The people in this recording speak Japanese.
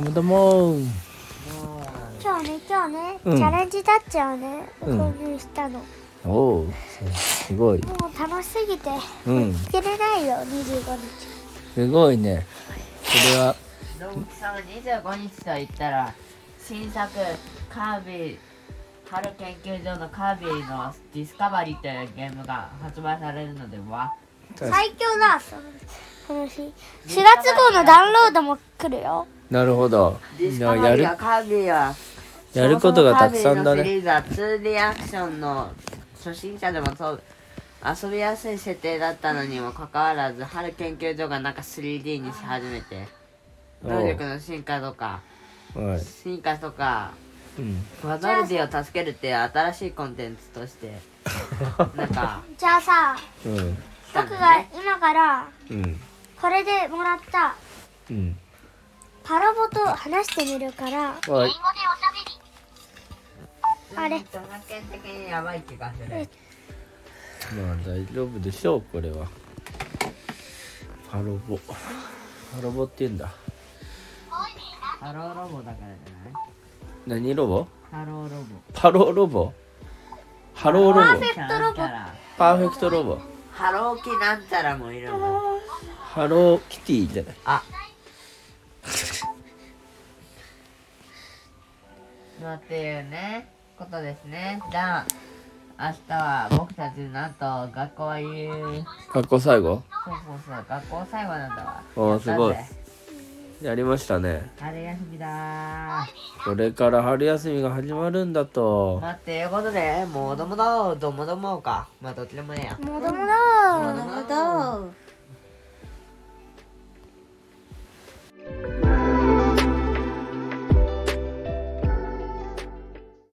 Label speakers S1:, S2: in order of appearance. S1: うども
S2: 今日ね今日ね、
S1: うん
S2: チャレンジタッチをね
S1: うん
S2: 購入したの、
S1: おおすごい
S2: もう楽しすぎて
S1: うん
S2: つけれないよ25日
S1: すごいねそれは
S3: ドンキさん25日といったら新作カービィ春研究所のカービィのディスカバリーというゲームが発売されるのでは
S2: 最強だそのこの日4月号のダウンロードも来るよ
S1: なるほど
S3: ディスカ
S1: な
S3: バ
S1: や
S3: リ
S1: る
S3: ーはカービィは
S1: やることがたくさんだ
S3: そもそもカービ
S1: ね
S3: ィのシリーズは 2D アクションの初心者でもそう遊びやすい設定だったのにもかかわらず春研究所がなんか 3D にし始めて
S1: おう
S3: 能力の進化とか
S1: はい、
S3: 進化とか
S1: うん、
S3: ワザルディを助けるっていう新しいコンテンツとしてなんか
S2: じゃあさ
S1: うん
S2: 僕が今から
S1: うん
S2: これでもらった
S1: うん
S2: パラボと話してみるから
S1: はい
S2: あれ
S3: 著作権的にやばい気がする
S1: まあ大丈夫でしょうこれはパロボパロボって言うんだ
S3: ハローロボだからじゃない
S1: 何ロボ
S3: ハローロボ
S1: パロロボハローロボ
S2: パーフェクトロボ
S3: なんたら
S1: パーフェクトロボ
S3: ハローキなんたらもいるの
S1: ハローキティじゃない
S3: あまあっていうねことですねじゃあ明日は僕たちなんと学校いう
S1: 学校最後
S3: そうそうそう学校最後なんだわ
S1: おーすごい
S3: やったぜ
S1: やりましたね
S3: 春休みだー
S1: これから春休みが始まるんだと
S3: まあ、っていうことで、もうどもどう、どもどもか。まあ、どっちでもねえや。
S2: もどもど
S3: ど